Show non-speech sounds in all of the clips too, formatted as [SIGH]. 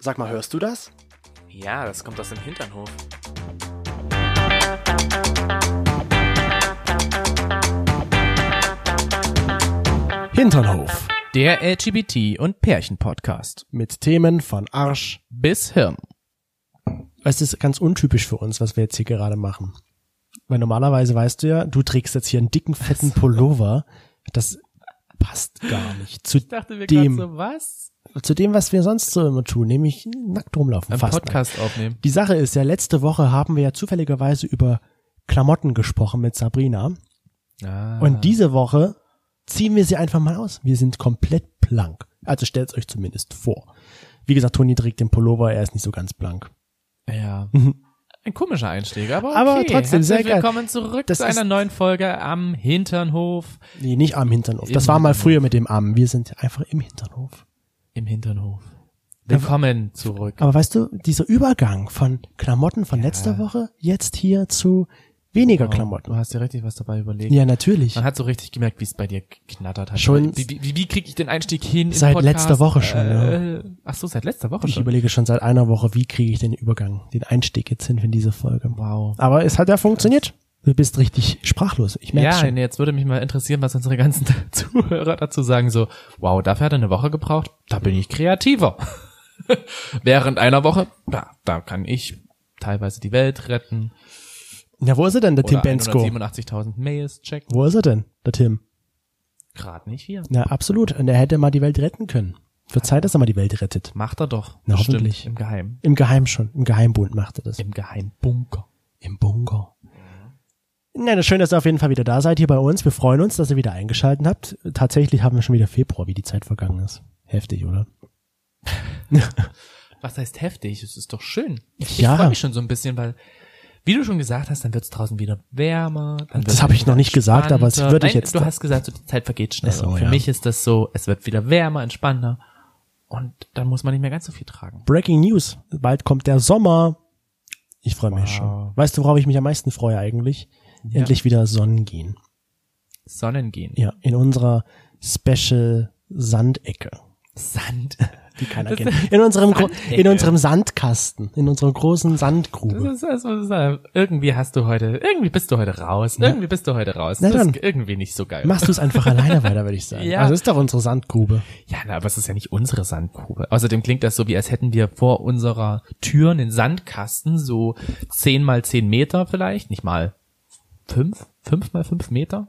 Sag mal, hörst du das? Ja, das kommt aus dem Hinternhof. Hinternhof Der LGBT- und Pärchen-Podcast. mit Themen von Arsch. Bis Hirn. Es ist ganz untypisch für uns, was wir jetzt hier gerade machen. Weil normalerweise weißt du ja, du trägst jetzt hier einen dicken, fetten Pullover. Das passt gar nicht zu, Ich dachte mir Dem. gerade so, was? zu dem, was wir sonst so immer tun, nämlich nackt rumlaufen. Einen fast nackt. Podcast aufnehmen. Die Sache ist ja, letzte Woche haben wir ja zufälligerweise über Klamotten gesprochen mit Sabrina. Ah. Und diese Woche ziehen wir sie einfach mal aus. Wir sind komplett blank. Also stellt euch zumindest vor. Wie gesagt, Toni trägt den Pullover, er ist nicht so ganz blank. Ja. Ein komischer Einstieg, aber okay. Mhm. Aber trotzdem sehr Herzlich geil. Willkommen zurück Das zu ist- einer neuen Folge am Hinternhof. Nee, nicht am Hinternhof. Das Im war mal Hinternhof. früher mit dem Arm. Wir sind einfach im Hinternhof. Im Hinternhof. Willkommen zurück. Aber weißt du, dieser Übergang von Klamotten von letzter Woche jetzt hier zu weniger Genau. Klamotten. Du hast dir richtig was dabei überlegt. Ja, natürlich. Man hat so richtig gemerkt, wie es bei dir geknattert hat. Schon- Wie, wie, wie- wie kriege ich den Einstieg hin? im Seit Podcast? letzter Woche schon, Äh, Ach so, seit letzter Woche Ich schon. überlege schon seit einer Woche, wie kriege ich den Übergang, den Einstieg jetzt hin für diese Folge. Wow. Aber es hat ja funktioniert. Du bist richtig sprachlos. Ich merke Ja, schon. nee, jetzt würde mich mal interessieren, was unsere ganzen [LAUGHS] Zuhörer dazu sagen. So, wow, dafür hat er eine Woche gebraucht. Da bin ich kreativer. [LAUGHS] Während einer Woche, da, da kann ich teilweise die Welt retten. Ja, wo ist er denn, der Tim Oder Bensko? 187.000 Mails checken. Wo ist er denn, der Tim? Gerade nicht hier. Na, absolut. Und er hätte mal die Welt retten können. Für Zeit, dass er mal die Welt rettet. Macht er doch. Na, Bestimmt. hoffentlich. Im Geheim. Im Geheim schon. Im Geheimbund macht er das. Im Geheimbunker. Im Bunker. Na, das ist schön, dass ihr auf jeden Fall wieder da seid hier bei uns. Wir freuen uns, dass ihr wieder eingeschaltet habt. Tatsächlich haben wir schon wieder Februar, wie die Zeit vergangen ist. Heftig, oder? Was heißt heftig? Es ist doch schön. Ich, Ja. ich freue mich schon so ein bisschen, weil, wie du schon gesagt hast, dann wird es draußen wieder wärmer. Dann Das wird's habe ich noch nicht gesagt, aber es entspannter. würde ich äh, Nein, jetzt. Du hast gesagt, so, die Zeit vergeht schnell. Ach so, Und für ja. mich ist das so, es wird wieder wärmer, entspannter. Und dann muss man nicht mehr ganz so viel tragen. Breaking News. Bald kommt der Sommer. Ich freue mich schon. Weißt du, worauf ich mich am meisten freue eigentlich? Endlich wieder Sonnen gehen. Sonnengehen. Ja, in unserer Special Sandecke. Sand. [LAUGHS] Die keiner kennt. In unserem, Gro- Sandecke. in unserem Sandkasten, in unserer großen Das Sandgrube. ist, das ist, das ist, irgendwie hast du heute, irgendwie bist du heute raus. Irgendwie bist du heute raus. Na das dann. ist irgendwie nicht so geil. Machst du es einfach alleine weiter, würde ich sagen. Ja. Also ist doch unsere Sandgrube. Ja, na, aber es ist ja nicht unsere Sandgrube. Außerdem klingt das so, wie als hätten wir vor unserer Tür einen Sandkasten, so zehn mal zehn Meter vielleicht, nicht mal fünf, fünf mal fünf Meter,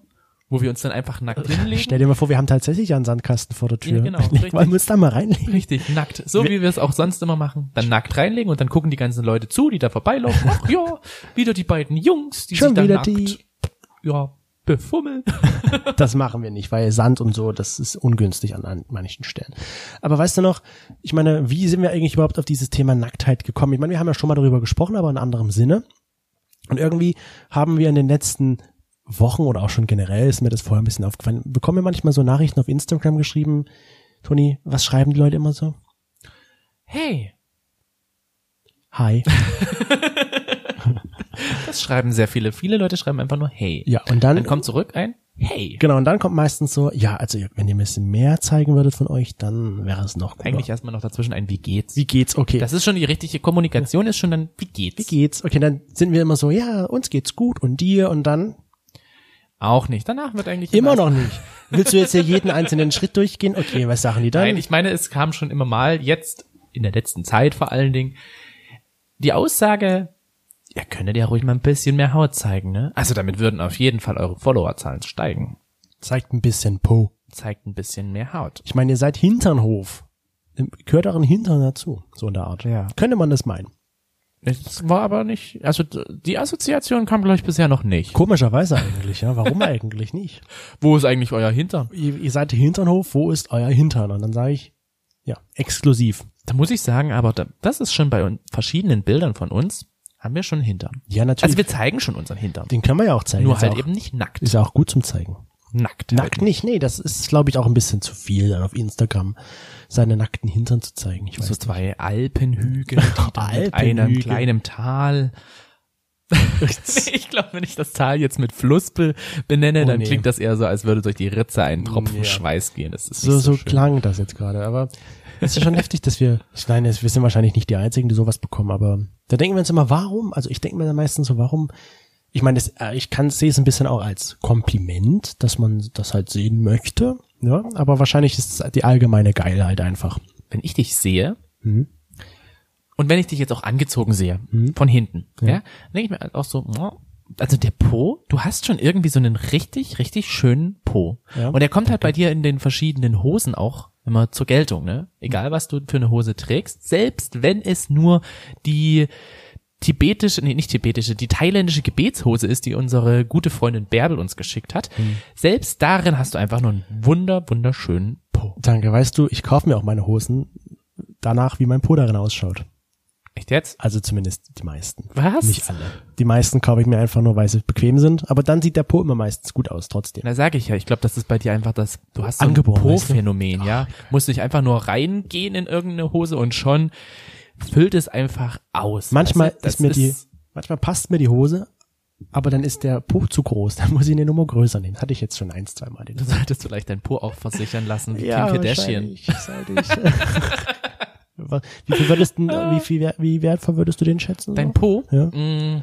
wo wir uns dann einfach [LAUGHS] nackt hinlegen. Stell dir mal vor, wir haben tatsächlich einen Sandkasten vor der Tür. Ja, genau, Wollen wir richtig. uns da mal reinlegen? Richtig, nackt. So wie wir es auch sonst immer machen. Dann nackt reinlegen und dann gucken die ganzen Leute zu, die da vorbeilaufen. Ach ja, wieder die beiden Jungs, die Schon sich da wieder nackt, die. ja, befummeln. [LAUGHS] Das machen wir nicht, weil Sand und so, das ist ungünstig an, an manchen Stellen. Aber weißt du noch, ich meine, wie sind wir eigentlich überhaupt auf dieses Thema Nacktheit gekommen? Ich meine, wir haben ja schon mal darüber gesprochen, aber in anderem Sinne. Und irgendwie haben wir in den letzten Wochen oder auch schon generell, ist mir das vorher ein bisschen aufgefallen, bekommen wir manchmal so Nachrichten auf Instagram geschrieben, Toni, was schreiben die Leute immer so? Hey, [LAUGHS] Hi. das schreiben sehr viele. Viele Leute schreiben einfach nur hey. Ja, und dann, Dann kommt zurück ein hey. genau, und dann kommt meistens so, ja, also wenn ihr ein bisschen mehr zeigen würdet von euch, dann wäre es noch cooler. Eigentlich erstmal noch dazwischen ein wie geht's. wie geht's? Okay. Das ist schon die richtige Kommunikation, ist schon dann, wie geht's? wie geht's? Okay, dann sind wir immer so, ja, uns geht's gut und dir und dann Auch nicht. Danach wird eigentlich immer noch nicht. Willst du jetzt hier jeden einzelnen Schritt durchgehen? Okay, was sagen die dann? Nein, ich meine, es kam schon immer mal, jetzt, in der letzten Zeit vor allen Dingen, die Aussage, ihr könntet ja ruhig mal ein bisschen mehr Haut zeigen, ne? Also damit würden auf jeden Fall eure Followerzahlen steigen. Zeigt ein bisschen Po. Zeigt ein bisschen mehr Haut. Ich meine, ihr seid Hinternhof. Gehört euren Hintern dazu, so in der Art. Ja. Könnte man das meinen. Es war aber nicht, also d- die Assoziation kam, glaube ich, bisher noch nicht. Komischerweise eigentlich, ja. Warum eigentlich nicht? Wo ist eigentlich euer Hintern? Ihr, ihr seid Hinternhof, wo ist euer Hintern? Und dann sage ich, ja, exklusiv. Da muss ich sagen, aber da, das ist schon bei un- verschiedenen Bildern von uns, haben wir schon einen Hintern. Ja, natürlich. Also wir zeigen schon unseren Hintern. Den können wir ja auch zeigen. Nur Ist halt auch, eben nicht nackt. Ist ja auch gut zum Zeigen. Nackt nackt. Nackt. nicht, nee, das ist, glaube ich, auch ein bisschen zu viel, dann auf Instagram seine nackten Hintern zu zeigen. Ich weiß So zwei Alpenhügel, [LAUGHS] die dann mit einem Alpenhügel. [LAUGHS] kleinem Tal. [LAUGHS] ich glaube, wenn ich das Tal jetzt mit Fluss be benenne, Oh, dann nee. klingt das eher so, als würde durch die Ritze ein Tropfen Ja. Schweiß gehen. Das ist so, nicht so so, schön. klang das jetzt gerade, aber Das ist schon heftig, dass wir, ich meine, wir sind wahrscheinlich nicht die Einzigen, die sowas bekommen, aber da denken wir uns immer, warum? Also ich denke mir dann meistens so, warum? Ich meine, das, äh, ich kann sehe es ein bisschen auch als Kompliment, dass man das halt sehen möchte, ja, aber wahrscheinlich ist es die allgemeine Geilheit einfach. Wenn ich dich sehe, Mhm. und wenn ich dich jetzt auch angezogen sehe, von hinten, ja, dann denke ich mir halt auch so, oh, also der Po, du hast schon irgendwie so einen richtig, richtig schönen Po. Ja. Und der kommt halt bei dir in den verschiedenen Hosen auch immer zur Geltung, ne? Egal was du für eine Hose trägst, selbst wenn es nur die tibetische, nee, nicht tibetische, die thailändische Gebetshose ist, die unsere gute Freundin Bärbel uns geschickt hat. Mhm. Selbst darin hast du einfach nur einen wunder, wunderschönen Po. Danke, weißt du, ich kaufe mir auch meine Hosen danach, wie mein Po darin ausschaut. Echt jetzt? Also zumindest die meisten. Was? Nicht alle. Die meisten kaufe ich mir einfach nur, weil sie bequem sind, aber dann sieht der Po immer meistens gut aus trotzdem. Na, sag ich ja. Ich glaube, das ist bei dir einfach das, du hast so ein Angeboren, weißt du? Po-Phänomen, ja. Musst dich einfach nur reingehen in irgendeine Hose und schon füllt es einfach aus. Manchmal Weißt du, das ist mir die, manchmal passt mir die Hose, aber dann ist der Po zu groß. [LAUGHS] Dann muss ich eine Nummer größer nehmen. Das hatte ich jetzt schon eins, zweimal. Den Du solltest vielleicht dein Po auch versichern lassen, wie Kim Kardashian. wahrscheinlich, sollte ich. Wa- [LAUGHS] wie viel würdest du, wie viel, wer- wie wertvoll würdest du den schätzen? Dein Po? Ja. Mm,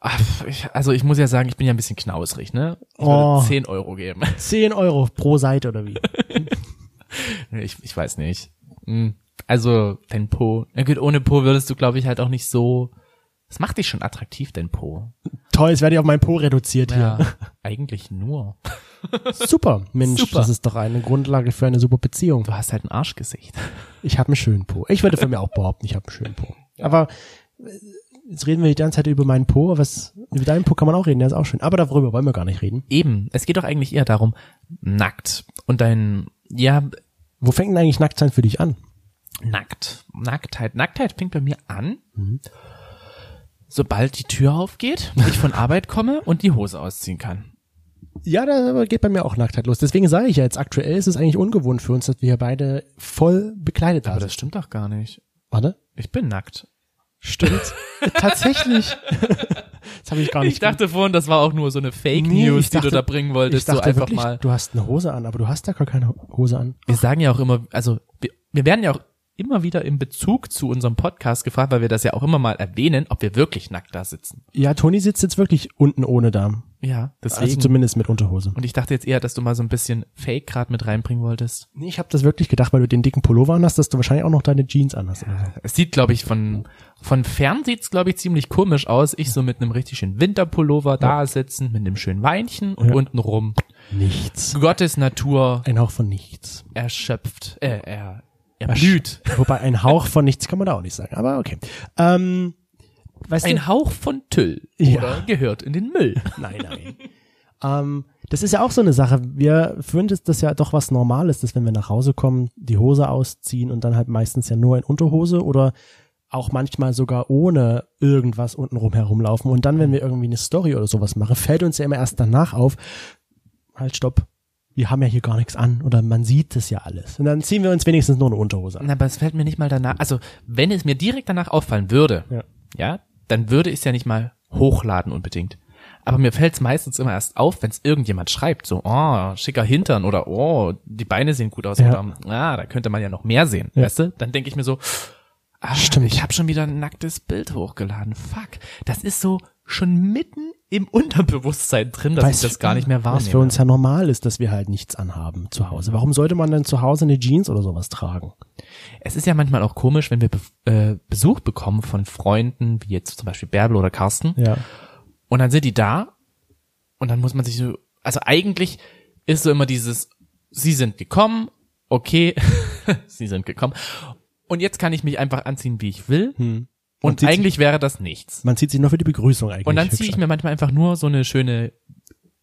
ah, pf, ich- also ich muss ja sagen, ich bin ja ein bisschen knausrig, ne? Ich Oh. würde 10 Euro geben. [LAUGHS] 10 Euro pro Seite oder wie? Ich, ich weiß nicht. Mm, Also dein Po. Na gut, ohne Po würdest du, glaube ich, halt auch nicht so. Das macht dich schon attraktiv, dein Po. Toll, jetzt werde ich auf meinen Po reduziert hier. [LAUGHS] Eigentlich nur. Super, Mensch, Super. das ist doch eine Grundlage für eine super Beziehung. Du hast halt ein Arschgesicht. Ich habe einen schönen Po. Ich würde von mir auch behaupten, ich habe einen schönen Po. Aber äh, jetzt reden wir die ganze Zeit über meinen Po. Was über deinen Po kann man auch reden, der ist auch schön. Aber darüber wollen wir gar nicht reden. Eben. Es geht doch eigentlich eher darum, nackt. Und dein, ja, Wo fängt denn eigentlich Nacktsein für dich an? nackt. Nacktheit. Nacktheit fängt bei mir an, sobald die Tür aufgeht, ich von Arbeit komme und die Hose ausziehen kann. Ja, da geht bei mir auch Nacktheit los. Deswegen sage ich ja jetzt, aktuell ist es eigentlich ungewohnt für uns, dass wir hier beide voll bekleidet Aber haben. das stimmt doch gar nicht. Warte. Ich bin nackt. Stimmt. [LAUGHS] Tatsächlich. Das habe ich gar nicht. Ich dachte vorhin, das war auch nur so eine Fake Nee, ich News, die dachte- du da bringen ich wolltest, dachte so einfach wirklich, mal. du hast eine Hose an, aber du hast ja gar keine Hose an. Wir sagen ja auch immer, also wir, wir werden ja auch immer wieder in Bezug zu unserem Podcast gefragt, weil wir das ja auch immer mal erwähnen, ob wir wirklich nackt da sitzen. Ja, Toni sitzt jetzt wirklich unten ohne Darm. Ja, deswegen. Also zumindest mit Unterhose. und ich dachte jetzt eher, dass du mal so ein bisschen Fake gerade mit reinbringen wolltest. Nee, ich habe das wirklich gedacht, weil du den dicken Pullover an hast, dass du wahrscheinlich auch noch deine Jeans an hast. oder Es sieht, glaube ich, von von fern sieht's, glaube ich, ziemlich komisch aus. Ich so mit einem richtig schönen Winterpullover da sitzen, mit einem schönen Weinchen und Ja. unten rum so. Nichts. Gottes Natur Ein Hauch von nichts. erschöpft, äh, er erblüht. Wobei ein Hauch von nichts kann man da auch nicht sagen, aber okay. Ähm, weißt du, Ein Hauch von Tüll Ja. oder gehört in den Müll. nein, nein. ähm, das ist ja auch so eine Sache. Wir, für uns ist das ja doch was Normales, dass wenn wir nach Hause kommen, die Hose ausziehen und dann halt meistens ja nur in Unterhose oder auch manchmal sogar ohne irgendwas untenrum herumlaufen. Und dann, wenn wir irgendwie eine Story oder sowas machen, fällt uns ja immer erst danach auf, halt stopp, wir haben ja hier gar nichts an oder man sieht das ja alles. Und dann ziehen wir uns wenigstens nur eine Unterhose an. Na, aber es fällt mir nicht mal danach. Also, wenn es mir direkt danach auffallen würde, Ja. ja, dann würde ich es ja nicht mal hochladen unbedingt. Aber mir fällt es meistens immer erst auf, wenn es irgendjemand schreibt, so, oh, schicker Hintern oder oh, die Beine sehen gut aus Ja. oder ah, da könnte man ja noch mehr sehen, Ja. weißt du? Dann denke ich mir so, ah, Stimmt. ich habe schon wieder ein nacktes Bild hochgeladen. Fuck, das ist so schon mitten im Unterbewusstsein drin, dass ich das gar nicht mehr Was für wahrnehme. uns ja normal ist, dass wir halt nichts anhaben zu Hause. Warum sollte man denn zu Hause eine Jeans oder sowas tragen? Es ist ja manchmal auch komisch, wenn wir Be äh, Besuch bekommen von Freunden, wie jetzt zum Beispiel Bärbel oder Carsten, Ja. Und dann sind die da und dann muss man sich so, also eigentlich ist so immer dieses, sie sind gekommen, okay, [LAUGHS] sie sind gekommen und jetzt kann ich mich einfach anziehen, wie ich will Man Hm. und Hm. zieht eigentlich wäre das nichts. Man zieht sich nur für die Begrüßung eigentlich. Und dann hübsch ziehe ich an. mir manchmal einfach nur so eine schöne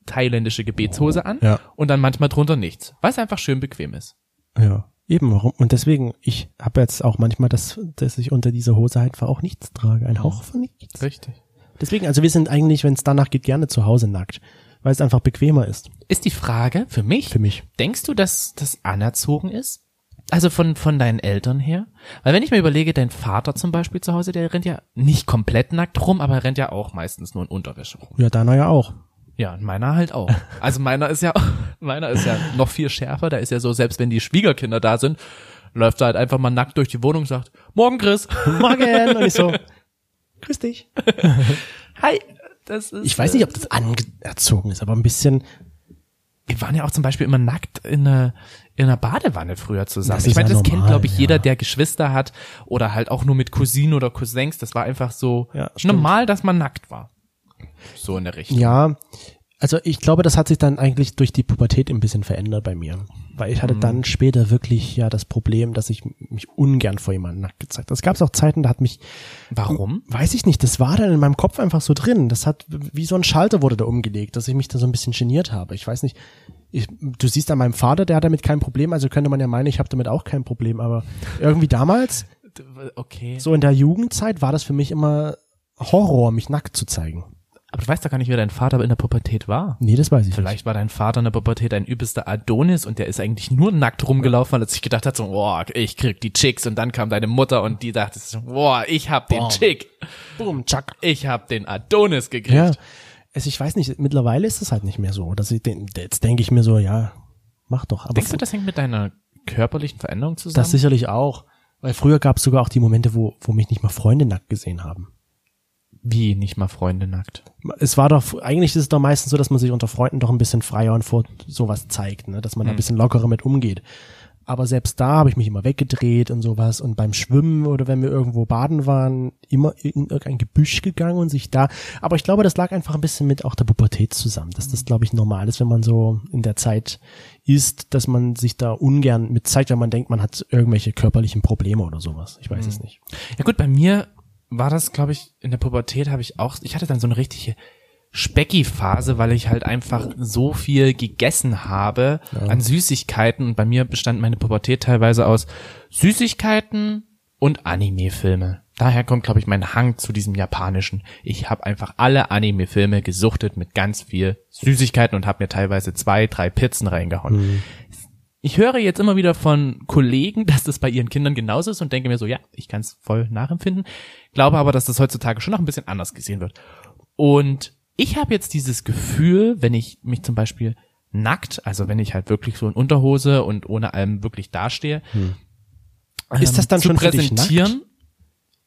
thailändische Gebetshose an Ja. und dann manchmal drunter nichts, weil es einfach schön bequem ist. Ja. Eben, warum? Und deswegen, ich habe jetzt auch manchmal das, dass ich unter dieser Hose einfach auch nichts trage. Ein Hauch von nichts. Richtig. Deswegen, also wir sind eigentlich, wenn es danach geht, gerne zu Hause nackt. Weil es einfach bequemer ist. Ist die Frage für mich, Für mich. Denkst du, dass das anerzogen ist? Also von, von deinen Eltern her? Weil wenn ich mir überlege, dein Vater zum Beispiel zu Hause, der rennt ja nicht komplett nackt rum, aber er rennt ja auch meistens nur in Unterwäsche rum. Ja, deiner ja auch. Ja, und meiner [LAUGHS] halt auch. Also meiner ist ja, meiner ist ja noch viel schärfer. Da ist ja so, selbst wenn die Schwiegerkinder da sind, läuft er halt einfach mal nackt durch die Wohnung und sagt, Morgen, Chris. Morgen! Und ich so, grüß dich. [LAUGHS] Hi. Das ist, Ich weiß nicht, ob das anerzogen ist, aber ein bisschen, Wir waren ja auch zum Beispiel immer nackt in einer, in einer Badewanne früher zusammen. Das ich ist meine, ja das kennt, normal, glaube ich, ja. jeder, der Geschwister hat oder halt auch nur mit Cousinen oder Cousins. Das war einfach so Ja, stimmt. normal, dass man nackt war. So in der Richtung. ja. Also ich glaube, das hat sich dann eigentlich durch die Pubertät ein bisschen verändert bei mir. Weil ich hatte dann später wirklich ja das Problem, dass ich mich ungern vor jemandem nackt gezeigt habe. Es gab auch Zeiten, da hat mich Warum? weiß ich nicht, das war dann in meinem Kopf einfach so drin. Das hat, wie so ein Schalter wurde da umgelegt, dass ich mich da so ein bisschen geniert habe. Ich weiß nicht, ich, du siehst an meinem Vater, der hat damit kein Problem, also könnte man ja meinen, ich habe damit auch kein Problem, aber irgendwie damals, Okay. so in der Jugendzeit, war das für mich immer Horror, mich nackt zu zeigen. Aber du weißt doch gar nicht, wer dein Vater in der Pubertät war. Nee, das weiß ich nicht. Vielleicht war dein Vater in der Pubertät ein übelster Adonis und der ist eigentlich nur nackt rumgelaufen, weil er sich gedacht hat, so, boah, ich krieg die Chicks und dann kam deine Mutter und die dachte, so, boah, ich hab den Boom. Chick, Boom, tschak. ich hab den Adonis gekriegt. Ja, es, ich weiß nicht, mittlerweile ist es halt nicht mehr so. Dass ich den, jetzt denke ich mir so, ja, mach doch. Aber Denkst du, das hängt mit deiner körperlichen Veränderung zusammen? das sicherlich auch. Weil früher gab es sogar auch die Momente, wo, wo mich nicht mal Freunde nackt gesehen haben. Wie nicht mal Freunde nackt. es war doch, eigentlich ist es doch meistens so, dass man sich unter Freunden doch ein bisschen freier und vor sowas zeigt, ne? dass man da ein bisschen lockerer mit umgeht. Aber selbst da habe ich mich immer weggedreht und sowas und beim Schwimmen oder wenn wir irgendwo baden waren, immer in irgendein Gebüsch gegangen und sich da. Aber ich glaube, das lag einfach ein bisschen mit auch der Pubertät zusammen, dass das, glaube ich, normal ist, wenn man so in der Zeit ist, dass man sich da ungern mit zeigt, wenn man denkt, man hat irgendwelche körperlichen Probleme oder sowas. Ich weiß es nicht. Ja gut, bei mir war das, glaube ich, in der Pubertät habe ich auch, ich hatte dann so eine richtige Specki-Phase, weil ich halt einfach so viel gegessen habe an Süßigkeiten und bei mir bestand meine Pubertät teilweise aus Süßigkeiten und Anime-Filme. Daher kommt, glaube ich, mein Hang zu diesem japanischen. Ich habe einfach alle Anime-Filme gesuchtet mit ganz viel Süßigkeiten und habe mir teilweise zwei, drei Pizzen reingehauen. Ich höre jetzt immer wieder von Kollegen, dass das bei ihren Kindern genauso ist und denke mir so, ja, ich kann es voll nachempfinden. Glaube aber, dass das heutzutage schon noch ein bisschen anders gesehen wird. Und ich habe jetzt dieses Gefühl, wenn ich mich zum Beispiel nackt, also wenn ich halt wirklich so in Unterhose und ohne allem wirklich dastehe, Hm. ähm, Ist das dann zu schon für dich präsentieren?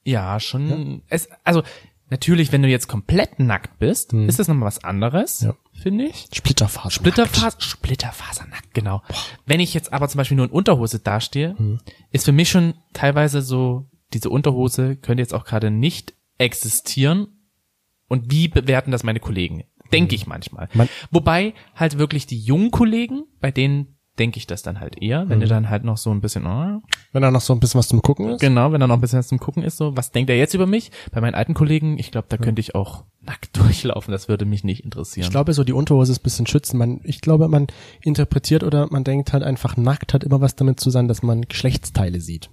Ja, schon. Es, also natürlich, wenn du jetzt komplett nackt bist, ist das nochmal was anderes, Hm. Ja. finde ich. Splitterfaser. Splitterfaser, Splitterfasernackt, genau. Wenn ich jetzt aber zum Beispiel nur in Unterhose dastehe, ist für mich schon teilweise so, diese Unterhose könnte jetzt auch gerade nicht existieren. Und wie bewerten das meine Kollegen? Denke ich manchmal. Man- Wobei halt wirklich die jungen Kollegen, bei denen denke ich das dann halt eher, wenn du dann halt noch so ein bisschen, oh, Wenn da noch so ein bisschen was zum Gucken ist. genau, wenn da noch ein bisschen was zum Gucken ist, so, was denkt er jetzt über mich? Bei meinen alten Kollegen, ich glaube, da könnte ich auch nackt [LAUGHS] durchlaufen, das würde mich nicht interessieren. Ich glaube, so die Unterhose ist ein bisschen schützen. Man, ich glaube, man interpretiert oder man denkt halt einfach, nackt hat immer was damit zu sein, dass man Geschlechtsteile sieht.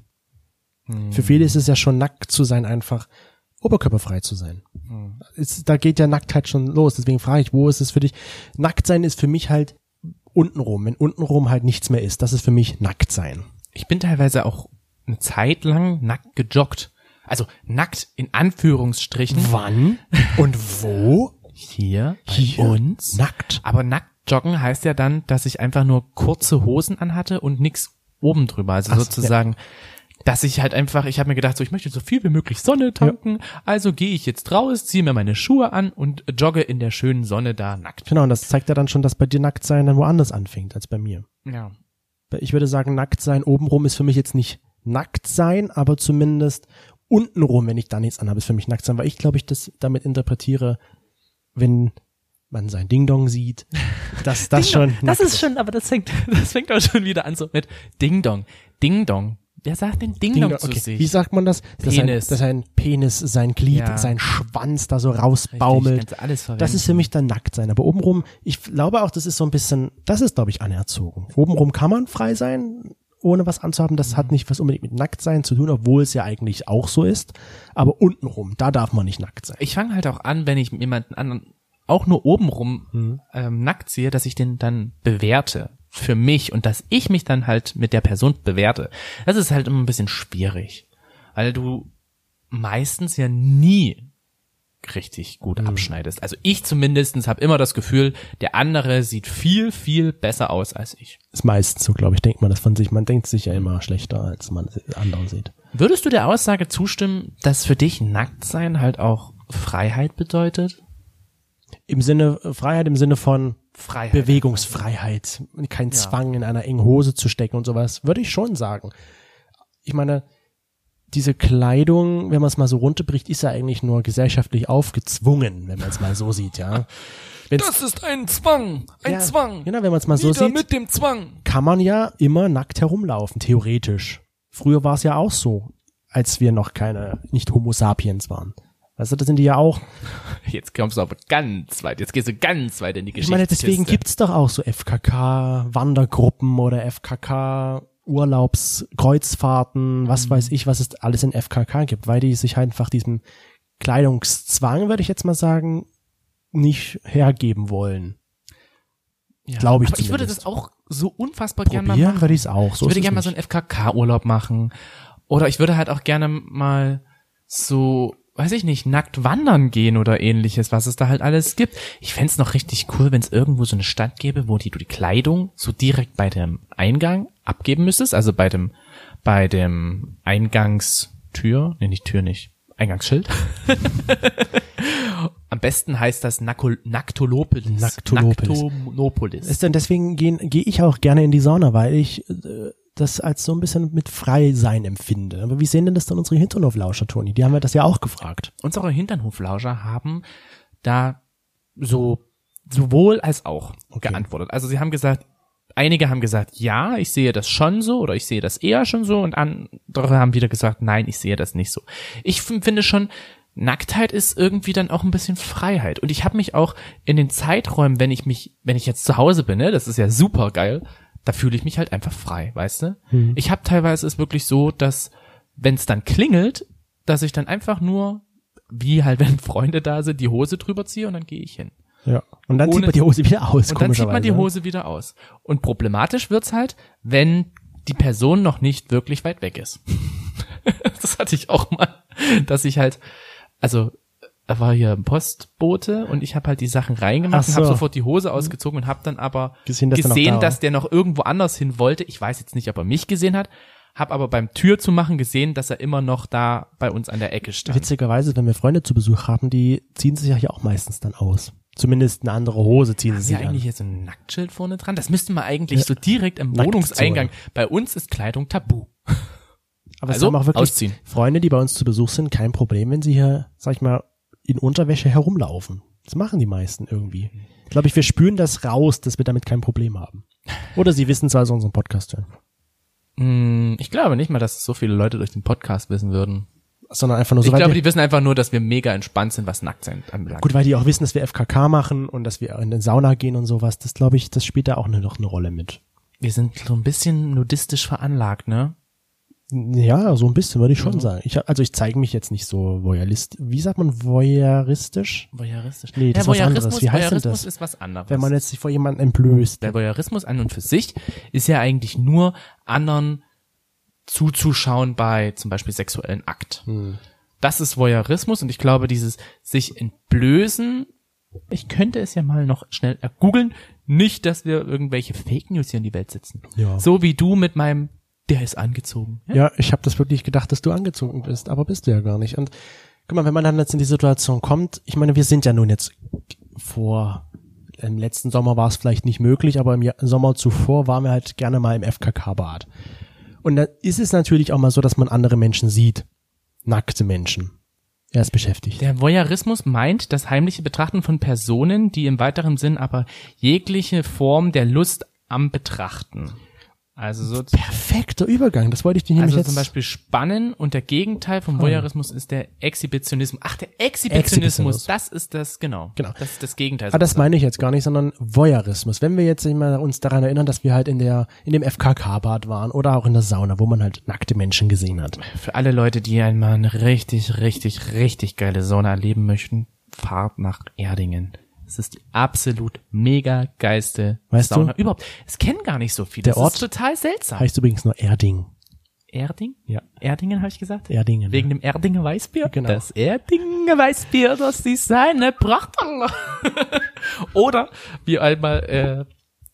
Hm. Für viele ist es ja schon nackt zu sein, einfach oberkörperfrei zu sein. Hm. Es, da geht ja Nacktheit schon los. Deswegen frage ich, wo ist es für dich? Nackt sein ist für mich halt untenrum. Wenn untenrum halt nichts mehr ist, das ist für mich nackt sein. ich bin teilweise auch eine Zeit lang nackt gejoggt. Also nackt in Anführungsstrichen. Wann [LAUGHS] und wo? Hier, bei Hier. uns. Nackt. Aber nackt joggen heißt ja dann, dass ich einfach nur kurze Hosen anhatte und nix oben drüber. Also Ach so, sozusagen, dass ich halt einfach, ich habe mir gedacht, so ich möchte so viel wie möglich Sonne tanken. Also gehe ich jetzt raus, ziehe mir meine Schuhe an und jogge in der schönen Sonne da nackt. Genau, und das zeigt ja dann schon, dass bei dir nackt sein dann woanders anfängt als bei mir. Ja. ich würde sagen, nackt sein obenrum ist für mich jetzt nicht nackt sein, aber zumindest untenrum, wenn ich da nichts anhabe, ist für mich nackt sein, weil ich glaube, ich das damit interpretiere, wenn man sein Ding-Dong sieht, dass das schon nackt schon, aber das fängt, [LAUGHS] das fängt auch schon wieder an so mit Ding Dong. Ding Dong. Wer sagt denn Ding Dong Ding-Dong. zu Genau. Okay. sich? Wie sagt man das? Dass ein, Penis. dass ein Penis, sein Glied, Ja. sein Schwanz da so Richtig, rausbaumelt. kannst du alles verwenden. Das ist für mich dann nackt sein. Aber obenrum, ich glaube auch, das ist so ein bisschen, das ist, glaube ich, anerzogen. Obenrum kann man frei sein, ohne was anzuhaben. Das Mhm. hat nicht was unbedingt mit nackt sein zu tun, obwohl es ja eigentlich auch so ist. Aber untenrum, da darf man nicht nackt sein. ich fange halt auch an, wenn ich jemanden anderen auch nur obenrum ähm, nackt sehe, dass ich den dann bewerte für mich und dass ich mich dann halt mit der Person bewerte. Das ist halt immer ein bisschen schwierig, weil du meistens ja nie richtig gut abschneidest. Also ich zumindestens habe immer das Gefühl, der andere sieht viel, viel besser aus als ich. Ist meistens so, glaube ich, denkt man das von sich. Man denkt sich ja immer schlechter, als man anderen sieht. Würdest du der Aussage zustimmen, dass für dich Nacktsein halt auch Freiheit bedeutet? Im Sinne, äh, Freiheit im Sinne von Freiheit. Bewegungsfreiheit, kein Zwang in einer engen Hose zu stecken und sowas, würde ich schon sagen. Ich meine, diese Kleidung, wenn man es mal so runterbricht, ist ja eigentlich nur gesellschaftlich aufgezwungen, wenn man es mal so sieht, ja. Wenn's, Das ist ein Zwang. [LAUGHS] Ein ja, Zwang. Genau, wenn man es mal so Wieder sieht, mit dem Zwang. kann man ja immer nackt herumlaufen, theoretisch. Früher war es ja auch so, als wir noch keine, nicht Homo sapiens waren. Weißt du, da sind die ja auch Jetzt kommst du aber ganz weit. Jetzt gehst du ganz weit in die Ich Geschichte. meine, deswegen gibt's doch auch so FKK-Wandergruppen oder FKK-Urlaubskreuzfahrten, Mhm. was weiß ich, was es alles in FKK gibt, weil die sich halt einfach diesem Kleidungszwang, würde ich jetzt mal sagen, nicht hergeben wollen. ja. glaube ich Aber ich würde zumindest. das auch so unfassbar gerne mal Probieren machen. würde ich es auch. So ich würde ist gerne mal es so nicht. einen FKK-Urlaub machen. Oder ich würde halt auch gerne mal so, weiß ich nicht, nackt wandern gehen oder ähnliches, was es da halt alles gibt. Ich fänd's noch richtig cool, wenn es irgendwo so eine Stadt gäbe, wo die, du die Kleidung so direkt bei dem Eingang abgeben müsstest. Also bei dem, bei dem Eingangstür. Nee, nicht Tür nicht. [LAUGHS] Eingangsschild. Am besten heißt das Nacol Naktolopolis. Naktolopolis. Naktolopolis. Ist denn deswegen gehen- gehe ich auch gerne in die Sauna, weil ich äh, das als so ein bisschen mit Freisein empfinde. Aber wie sehen denn das dann unsere Hinterhoflauscher, Toni? Die haben wir das ja auch gefragt. unsere Hinternhoflauscher haben da so sowohl als auch Okay. geantwortet. Also sie haben gesagt, einige haben gesagt, ja, ich sehe das schon so oder ich sehe das eher schon so und andere haben wieder gesagt, nein, ich sehe das nicht so. Ich f- finde schon, Nacktheit ist irgendwie dann auch ein bisschen Freiheit. Und ich habe mich auch in den Zeiträumen, wenn ich mich, wenn ich jetzt zu Hause bin, ne, das ist ja super geil, da fühle ich mich halt einfach frei, weißt du? Ich habe teilweise es wirklich so, dass wenn es dann klingelt, dass ich dann einfach nur, wie halt [LAUGHS] wenn Freunde da sind, die Hose drüber ziehe und dann gehe ich hin. Ja. Und dann Ohne- zieht man die Hose wieder aus, Und dann zieht man die komischerweise. Hose wieder aus. Und problematisch wird's halt, wenn die Person noch nicht wirklich weit weg ist. [LAUGHS] das hatte ich auch mal, dass ich halt, also er war hier ein Postbote und ich habe halt die Sachen reingemacht Ach und habe so. Mhm. sofort die Hose ausgezogen und habe dann aber Gesehen, dass der noch gesehen, da war. dass der noch irgendwo anders hin wollte. Ich weiß jetzt nicht, ob er mich gesehen hat, habe aber beim Tür zu machen gesehen, dass er immer noch da bei uns an der Ecke stand. Witzigerweise, wenn wir Freunde zu Besuch haben, die ziehen sich ja hier auch meistens dann aus. Zumindest eine andere Hose ziehen sie Ist ja sich eigentlich an. hier so ein Nacktschild vorne dran? Das müssten wir eigentlich so direkt im Nacktzone. Wohnungseingang. Bei uns ist Kleidung tabu. Aber es also haben auch wirklich ausziehen. Freunde, die bei uns zu Besuch sind, kein Problem, wenn sie hier, sag ich mal, in Unterwäsche herumlaufen. Das machen die meisten irgendwie. Glaube ich, wir spüren das raus, dass wir damit kein Problem haben. Oder sie wissen es, weil sie unseren Podcast hören. Hm, Ich glaube nicht mal, dass es so viele Leute durch den Podcast wissen würden. Sondern einfach nur so, Ich weil glaube, die, die wissen einfach nur, dass wir mega entspannt sind, was Nacktsein anbelangt. gut, weil die auch wissen, dass wir FKK machen und dass wir in den Sauna gehen und sowas. Das glaube ich, das spielt da auch eine, noch eine Rolle mit. Wir sind so ein bisschen nudistisch veranlagt, ne? Ja, so ein bisschen würde ich schon sagen. Ich, also ich zeige mich jetzt nicht so voyeurist. Wie sagt man voyeuristisch? Voyeuristisch. Nee, das ist was anderes. Wie heißt denn Voyeurismus das? ist was anderes. Wenn man jetzt sich vor jemandem entblößt. Der Voyeurismus an und für sich ist ja eigentlich nur anderen zuzuschauen bei zum Beispiel sexuellen Akt. Das ist Voyeurismus und ich glaube, dieses sich entblößen, ich könnte es ja mal noch schnell googeln, nicht, dass wir irgendwelche Fake News hier in die Welt setzen. Ja. So wie du mit meinem, der ist angezogen. Ja? Ja, ich habe das wirklich gedacht, dass du angezogen bist, aber bist du ja gar nicht. Und guck mal, wenn man dann jetzt in die Situation kommt, ich meine, wir sind ja nun jetzt vor, im letzten Sommer war es vielleicht nicht möglich, aber im Ja- Sommer zuvor waren wir halt gerne mal im FKK-Bad. Und dann ist es natürlich auch mal so, dass man andere Menschen sieht. Nackte Menschen. Er ist beschäftigt. Der Voyeurismus meint das heimliche Betrachten von Personen, die im weiteren Sinn aber jegliche Form der Lust am Betrachten. Also so Perfekter Übergang, das wollte ich dir nämlich Also jetzt... Ah. zum Beispiel Spannen und der Gegenteil vom Voyeurismus ist der Exhibitionismus. Ach, der Exhibitionismus, Exhibitionismus. das ist das, genau. Genau. Das ist Also das Gegenteil. Ah, das meine ich jetzt gar nicht, sondern Voyeurismus. Wenn wir jetzt immer uns daran erinnern, dass wir halt in der in dem FKK-Bad waren oder auch in der Sauna, wo man halt nackte Menschen gesehen hat. Also Für alle Leute, die einmal eine richtig, richtig, richtig geile Sauna erleben möchten, fahrt nach Erdingen. Es ist die absolut mega geilste Weißt du? Sauna überhaupt. Es kennen gar nicht so viele. Der Es Ort ist total seltsam. Heißt übrigens nur Erding. Erding? Ja. Erdingen habe ich gesagt? Erdingen, Wegen ja. dem Erdinger Weißbier? Genau. Das Erdinger Weißbier, das ist seine Pracht. Allah. [LAUGHS] Oder wie einmal äh,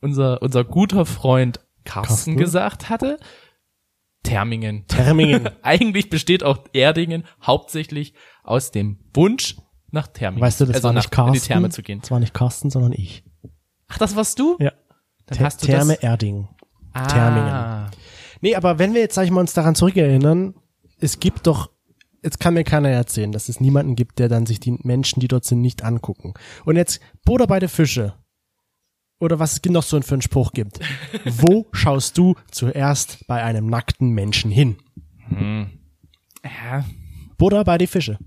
unser, unser guter Freund Carsten, Carsten? gesagt hatte, Termingen. Termingen. [LAUGHS] Eigentlich besteht auch Erdingen hauptsächlich aus dem Wunsch nach Termingen. Weißt du, das also war nach, nicht Carsten. in die Therme zu gehen. Das war nicht Carsten, sondern ich. Ach, das warst du? Ja. Dann Ter hast du Therme das. Erding. Ah. Termingen. Nee, aber wenn wir jetzt, sag ich mal, uns daran zurückerinnern, es gibt doch, jetzt kann mir keiner erzählen, dass es niemanden gibt, der dann sich die Menschen, die dort sind, nicht angucken. Und jetzt, Boda bei der Fische. Oder was es noch so für einen Spruch [LAUGHS] gibt. Wo schaust du zuerst bei einem nackten Menschen hin? Ja. Boda bei die Fische.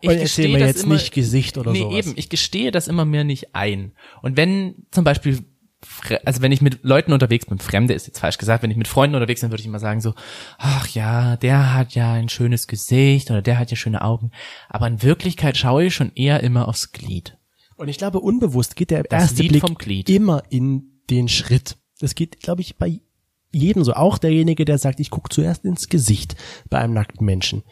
Ich Und erzähl gestehe mir das jetzt immer- nicht Gesicht oder nee, sowas. eben, ich gestehe das immer mir nicht ein. Und wenn zum Beispiel, Fre- also wenn ich mit Leuten unterwegs bin, Fremde ist jetzt falsch gesagt, wenn ich mit Freunden unterwegs bin, würde ich immer sagen so, ach ja, der hat ja ein schönes Gesicht oder der hat ja schöne Augen. Aber in Wirklichkeit schaue ich schon eher immer aufs Glied. Und ich glaube, unbewusst geht der Das erste Lied Blick vom Glied. immer in den Schritt. Das geht, glaube ich, bei jedem so. Auch derjenige, der sagt, ich gucke zuerst ins Gesicht bei einem nackten Menschen.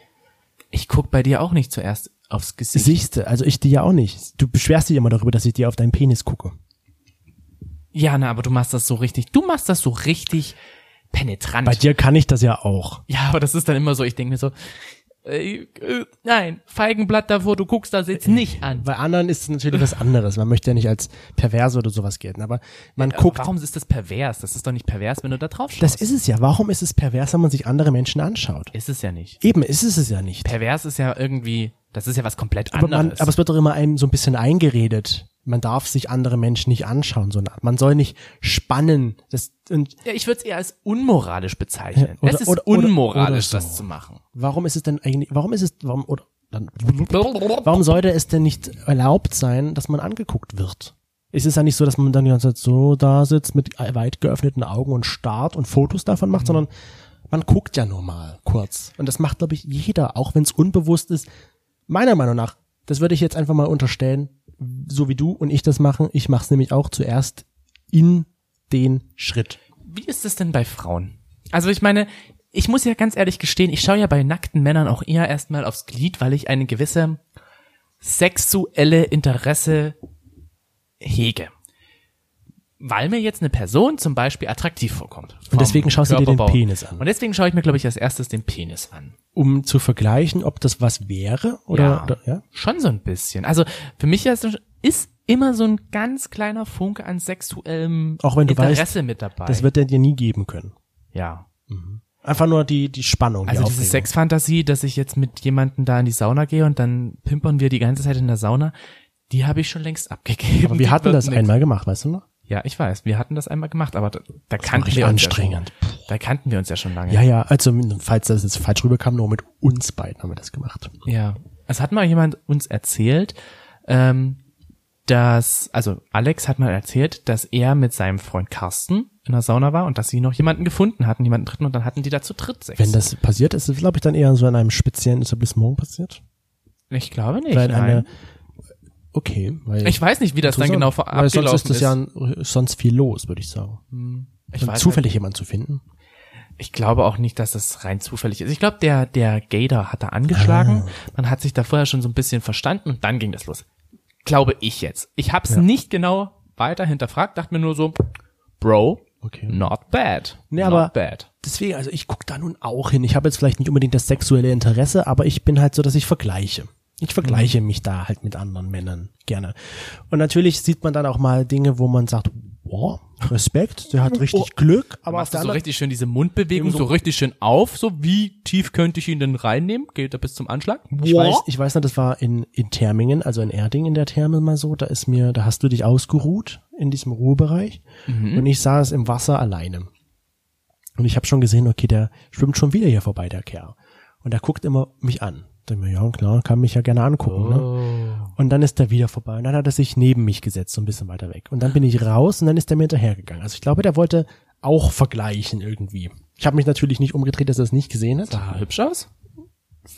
Ich guck bei dir auch nicht zuerst aufs Gesicht. Siehste, also ich dir ja auch nicht. Du beschwerst dich immer darüber, dass ich dir auf deinen Penis gucke. ja, na, aber du machst das so richtig, du machst das so richtig penetrant. Bei dir kann ich das ja auch. Ja, aber das ist dann immer so, ich denke mir so, äh, äh, nein, Feigenblatt davor, du guckst das Äh, jetzt nicht an. Bei anderen ist es natürlich was anderes. Man möchte ja nicht als pervers oder sowas gelten, aber man guckt. Warum ist das pervers? Das ist doch nicht pervers, wenn du da drauf Das schaust. ist es ja. Warum ist es pervers, wenn man sich andere Menschen anschaut? ist es ja nicht. Eben ist es es ja nicht. Pervers ist ja irgendwie, das ist ja was komplett Aber, man, anderes. aber es wird doch immer einem so ein bisschen eingeredet. Man darf sich andere Menschen nicht anschauen, so eine Art. Man soll nicht spannen. Das, und ja, ich würde es eher als unmoralisch bezeichnen. Ja, es oder- ist oder- oder- unmoralisch, oder so. das zu machen. warum ist es denn eigentlich, warum ist es, warum, oder, dann, warum sollte es denn nicht erlaubt sein, dass man angeguckt wird? Es ist ja nicht so, dass man dann die ganze Zeit so da sitzt mit weit geöffneten Augen und starrt und Fotos davon macht, sondern man guckt ja nur mal kurz. Und das macht, glaube ich, jeder, auch wenn es unbewusst ist. Meiner Meinung nach, das würde ich jetzt einfach mal unterstellen, so wie du und ich das machen. Ich mache es nämlich auch zuerst in den Schritt. Wie ist es denn bei Frauen? Also ich meine, ich muss ja ganz ehrlich gestehen, ich schaue ja bei nackten Männern auch eher erstmal aufs Glied, weil ich eine gewisse sexuelle Interesse hege. Weil mir jetzt eine Person zum Beispiel attraktiv vorkommt. vom deswegen schaust du dir den Körperbau. Penis an. Und deswegen schaue ich mir, glaube ich, als erstes den Penis an. Um zu vergleichen, ob das was wäre oder ja, Oder, ja? schon so ein bisschen. Also für mich ist, ist immer so ein ganz kleiner Funke an sexuellem Auch wenn du Interesse weißt, mit dabei. Das wird er dir nie geben können. ja. Einfach nur die, die Spannung. Also die diese Aufregung. Sexfantasie, dass ich jetzt mit jemandem da in die Sauna gehe und dann pimpern wir die ganze Zeit in der Sauna, die habe ich schon längst abgegeben. Aber wir Die hatten wird das nix. einmal gemacht, weißt du noch? Ja, ich weiß, wir hatten das einmal gemacht, aber da, da war kannten richtig wir uns anstrengend. Ja schon, da kannten wir uns ja schon lange. Ja, ja, also falls das jetzt falsch rüberkam, nur mit uns beiden haben wir das gemacht. Ja. Es hat mal jemand uns erzählt, ähm, dass, also Alex hat mal erzählt, dass er mit seinem Freund Carsten in der Sauna war und dass sie noch jemanden gefunden hatten, jemanden dritten und dann hatten die da zu dritt Sex. Wenn das passiert ist, ist glaube ich dann eher so in einem speziellen Etablissement passiert. ich glaube nicht. Weil nein. eine, okay, weil ich weiß nicht, wie das dann genau vor weil sonst ist abgelaufen Hm. das ja ein, sonst viel los, würde ich sagen. Ich Und weiß halt zufällig jemanden zu finden. Ich glaube auch nicht, dass das rein zufällig ist. Ich glaube, der, der Gator hat da angeschlagen. Ah. Man hat sich da vorher schon so ein bisschen verstanden und dann ging das los. Glaube ich jetzt. Ich habe es nicht genau weiter hinterfragt, dachte mir nur so, Bro, Okay. not bad. Nee, not Ne, aber- bad. Deswegen, also ich gucke da nun auch hin. Ich habe jetzt vielleicht nicht unbedingt das sexuelle Interesse, aber ich bin halt so, dass ich vergleiche. Ich vergleiche Mhm. mich da halt mit anderen Männern gerne. Und natürlich sieht man dann auch mal Dinge, wo man sagt, wow, Respekt, der [LAUGHS] hat richtig Glück, aber auf Machst Oh. du der so anderen richtig schön diese Mundbewegung, so- so richtig schön auf, so wie tief könnte ich ihn denn reinnehmen? Geht er bis zum Anschlag? ich weiß, ich weiß noch, das war in, in Termingen, also in Erding in der Therme mal so, da ist mir, da hast du dich ausgeruht in diesem Ruhebereich und ich saß im Wasser alleine. Und ich habe schon gesehen, okay, der schwimmt schon wieder hier vorbei, der Kerl. Und der guckt immer mich an. Dann mir, ja, klar, kann mich ja gerne angucken. Ne? Und dann ist er wieder vorbei. Und dann hat er sich neben mich gesetzt, so ein bisschen weiter weg. Und dann bin ich raus und dann ist er mir hinterhergegangen. Also ich glaube, der wollte auch vergleichen irgendwie. Ich habe mich natürlich nicht umgedreht, dass er es nicht gesehen hat Sah hübsch aus?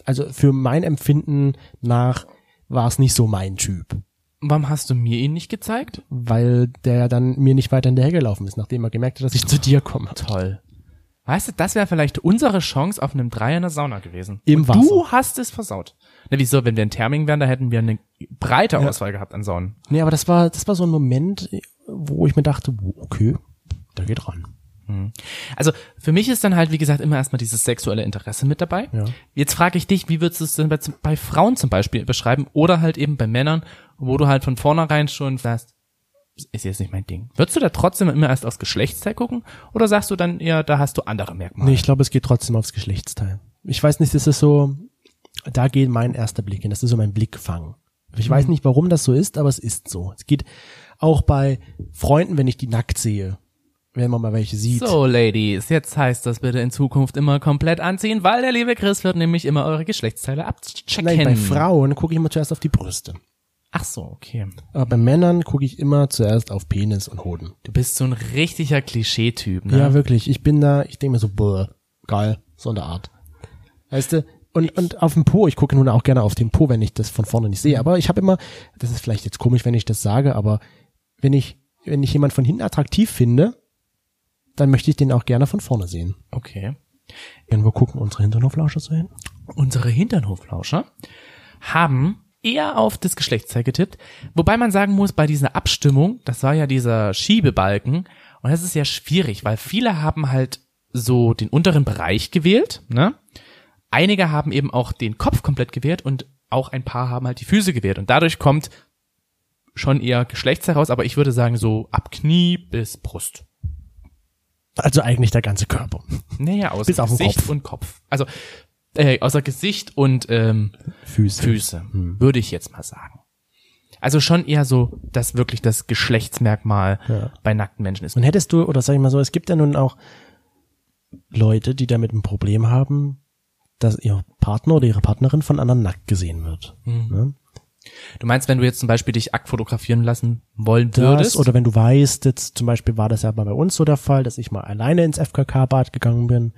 also für mein Empfinden nach war es nicht so mein Typ, Warum hast du mir ihn nicht gezeigt? [LAUGHS] weil der ja dann mir nicht weiter hinterhergelaufen ist, nachdem er gemerkt hat, dass ich zu dir komme. Toll. Weißt du, das wäre vielleicht unsere Chance auf einem Dreier in der Sauna gewesen. Im Und Du Wasser. hast es versaut. Na, wieso? Wenn wir in Terming wären, da hätten wir eine breite Auswahl gehabt an Saunen. Nee, aber das war, das war so ein Moment, wo ich mir dachte, wo- okay, da geht ran. Also für mich ist dann halt, wie gesagt, immer erstmal dieses sexuelle Interesse mit dabei. Ja. Jetzt frage ich dich, wie würdest du es denn bei, zum- bei Frauen zum Beispiel beschreiben oder halt eben bei Männern, wo du halt von vornherein schon sagst, ist jetzt nicht mein Ding. Würdest du da trotzdem immer erst aufs Geschlechtsteil gucken oder sagst du dann eher, da hast du andere Merkmale? Nee, ich glaube, es geht trotzdem aufs Geschlechtsteil. Ich weiß nicht, das ist so, da geht mein erster Blick hin, das ist so mein Blickfang. Ich weiß nicht, warum das so ist, aber es ist so. Es geht auch bei Freunden, wenn ich die nackt sehe, wenn man mal welche sieht. So, Ladies, jetzt heißt das bitte in Zukunft immer komplett anziehen, weil der liebe Chris wird nämlich immer eure Geschlechtsteile abchecken. Nein, bei Frauen gucke ich immer zuerst auf die Brüste. Ach so, okay. Aber bei Männern gucke ich immer zuerst auf Penis und Hoden. Du bist so ein richtiger Klischeetyp, ne? Ja, wirklich. Ich bin da, ich denke mir so, boah, geil, so eine Art. Weißt du? Und, und auf den Po, ich gucke nun auch gerne auf den Po, wenn ich das von vorne nicht sehe. Aber ich habe immer, das ist vielleicht jetzt komisch, wenn ich das sage, aber wenn ich, wenn ich jemand von hinten attraktiv finde, dann möchte ich den auch gerne von vorne sehen. Okay. Wenn wir gucken, unsere Hinternhoflauscher so hin. unsere Hinternhoflauscher haben eher auf das Geschlechtsteil getippt, wobei man sagen muss, bei dieser Abstimmung, das war ja dieser Schiebebalken, und das ist ja schwierig, weil viele haben halt so den unteren Bereich gewählt, ne? Einige haben eben auch den Kopf komplett gewählt und auch ein paar haben halt die Füße gewählt und dadurch kommt schon eher Geschlechtsteil raus, aber ich würde sagen so ab Knie bis Brust. Also eigentlich der ganze Körper. Naja, außer Bis auf den Gesicht Kopf. und Kopf. Also äh, außer Gesicht und ähm, Füße. Füße, Hm. würde ich jetzt mal sagen. Also schon eher so, dass wirklich das Geschlechtsmerkmal Ja. bei nackten Menschen ist. Und hättest du, oder sag ich mal so, es gibt ja nun auch Leute, die damit ein Problem haben, dass ihr Partner oder ihre Partnerin von anderen nackt gesehen wird. Ne? Du meinst, wenn du jetzt zum Beispiel dich akt fotografieren lassen wollen Das, würdest? oder wenn du weißt, jetzt zum Beispiel war das ja mal bei uns so der Fall, dass ich mal alleine ins FKK-Bad gegangen bin.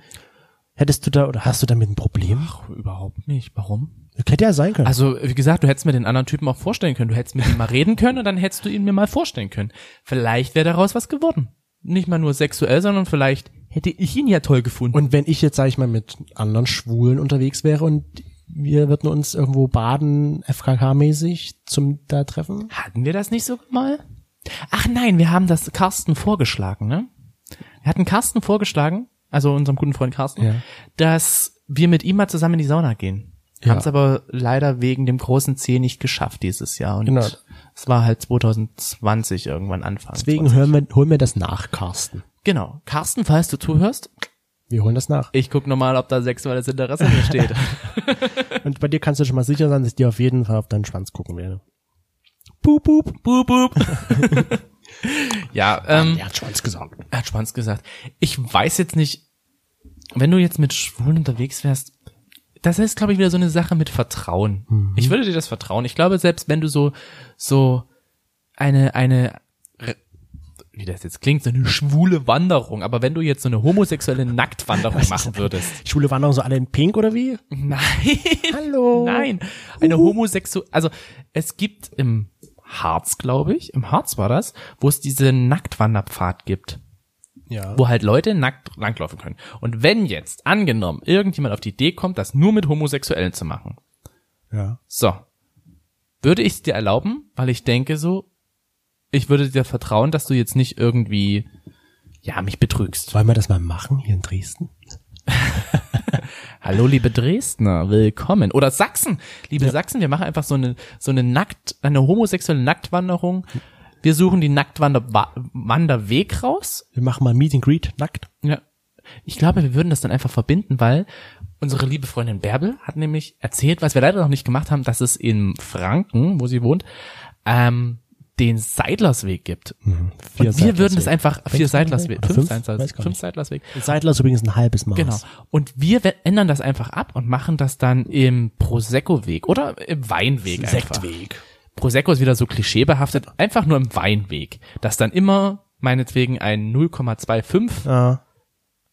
Hättest du da oder hast du damit ein Problem? Ach, überhaupt nicht. Warum? Hätte ja sein können. Also, wie gesagt, du hättest mir den anderen Typen auch vorstellen können. Du hättest mit ihm mal reden können und dann hättest du ihn mir mal vorstellen können. Vielleicht wäre daraus was geworden. Nicht mal nur sexuell, sondern vielleicht hätte ich ihn ja toll gefunden. und wenn ich jetzt, sag ich mal, mit anderen Schwulen unterwegs wäre und wir würden uns irgendwo baden, FKK-mäßig, zum da treffen? Hatten wir das nicht sogar mal? Ach nein, wir haben das Carsten vorgeschlagen, ne? Wir hatten Carsten vorgeschlagen, also unserem guten Freund Carsten, Ja. dass wir mit ihm mal zusammen in die Sauna gehen. Ja. Haben es aber leider wegen dem großen C nicht geschafft dieses Jahr. Und Genau. es war halt 2020 irgendwann Anfang. Deswegen hören wir, holen wir das nach, Carsten. Genau. Carsten, falls du zuhörst, Wir holen das nach. ich guck nochmal, ob da sexuelles Interesse [LAUGHS] besteht. Und bei dir kannst du schon mal sicher sein, dass ich dir auf jeden Fall auf deinen Schwanz gucken werde. Boop, boop, boop, boop. [LAUGHS] [LAUGHS] ja, ähm, hat Schwanz gesagt. Er hat Schwanz gesagt. Ich weiß jetzt nicht, wenn du jetzt mit Schwulen unterwegs wärst, das ist, glaube ich, wieder so eine Sache mit Vertrauen. Ich würde dir das vertrauen. Ich glaube, selbst wenn du so, so eine, eine, re- wie das jetzt klingt, so eine schwule Wanderung, aber wenn du jetzt so eine homosexuelle Nacktwanderung [LAUGHS] machen würdest. Schule waren auch so alle in Pink oder [LAUGHS] wie? Nein. Hallo. [LAUGHS] Nein, eine homosexuelle, also es gibt im Harz, glaube ich, im Harz war das, wo es diesen Nacktwanderpfad gibt Ja. wo halt Leute nackt langlaufen können. Und wenn jetzt, angenommen, irgendjemand auf die Idee kommt, das nur mit Homosexuellen zu machen, ja. so, würde ich es dir erlauben, weil ich denke so, ich würde dir vertrauen, dass du jetzt nicht irgendwie, ja, mich betrügst. Wollen wir das mal machen hier in Dresden? Hallo, liebe Dresdner, willkommen. Oder Sachsen, liebe Sachsen, wir machen einfach so eine, so eine nackt, eine homosexuelle Nacktwanderung. Wir suchen die Nacktwanderweg raus Wir machen mal Meet and Greet nackt. Ja. Ich glaube, wir würden das dann einfach verbinden, weil unsere liebe Freundin Bärbel hat nämlich erzählt, was wir leider noch nicht gemacht haben, dass es in Franken, wo sie wohnt, ähm, den Seidlersweg gibt. Mhm. Vier Und wir würden das Seidlersweg. einfach, vier Fünf Seidlersweg, oder fünf, fünf? Seidlers, Weiß gar fünf nicht. Seidlersweg. Seidler ist übrigens ein halbes Maß. Genau. Und wir we- ändern das einfach ab und machen das dann im Prosecco-Weg oder im Weinweg einfach. Sektweg. Prosecco ist wieder so klischeebehaftet, einfach nur im Weinweg, dass dann immer meinetwegen ein 0,25 Ja.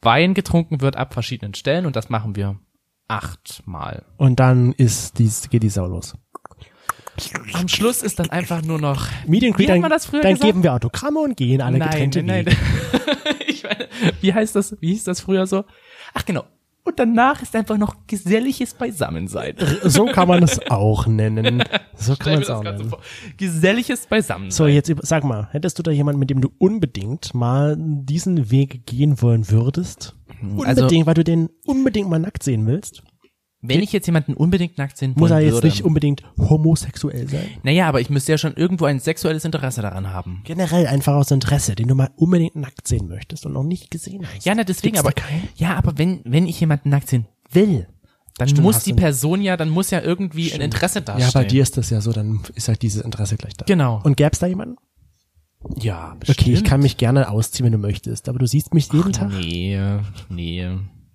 Wein getrunken wird ab verschiedenen Stellen und das machen wir achtmal. Und dann ist dies, geht die Sau los. am Schluss ist dann einfach nur noch. Medium Creek, Wie hat dann, man das früher dann gesagt? geben wir Autogramme und gehen alle nein, getrennte nein, Wege. nein. [LAUGHS] ich meine, wie heißt das? Wie hieß das früher so? Ach genau. Und danach ist einfach noch geselliges Beisammensein. So kann man [LAUGHS] es auch nennen. So kann man Stell mir es das auch Ganze nennen. vor. Geselliges Beisammensein. So, jetzt über- sag mal, hättest du da jemanden, mit dem du unbedingt mal diesen Weg gehen wollen würdest? Unbedingt, also- weil du den unbedingt mal nackt sehen willst. Wenn ich jetzt jemanden unbedingt nackt sehen Muss er wollen jetzt würde, nicht um- unbedingt homosexuell sein. Naja, aber ich müsste ja schon irgendwo ein sexuelles Interesse daran haben. Generell einfach aus Interesse, den du mal unbedingt nackt sehen möchtest und noch nicht gesehen hast. Ja, na deswegen, Gibt's da aber keinen? ja, aber wenn wenn ich jemanden nackt sehen will, dann Stimmt, muss hast die du- Person ja, dann muss ja irgendwie ein Interesse Ja, darstellen. bei dir ist das ja so, dann ist halt dieses Interesse gleich da. Genau. Und gäb's da jemanden? Ja, bestimmt. Okay, ich kann mich gerne ausziehen, wenn du möchtest, aber du siehst mich jeden Tag. Nee, nee.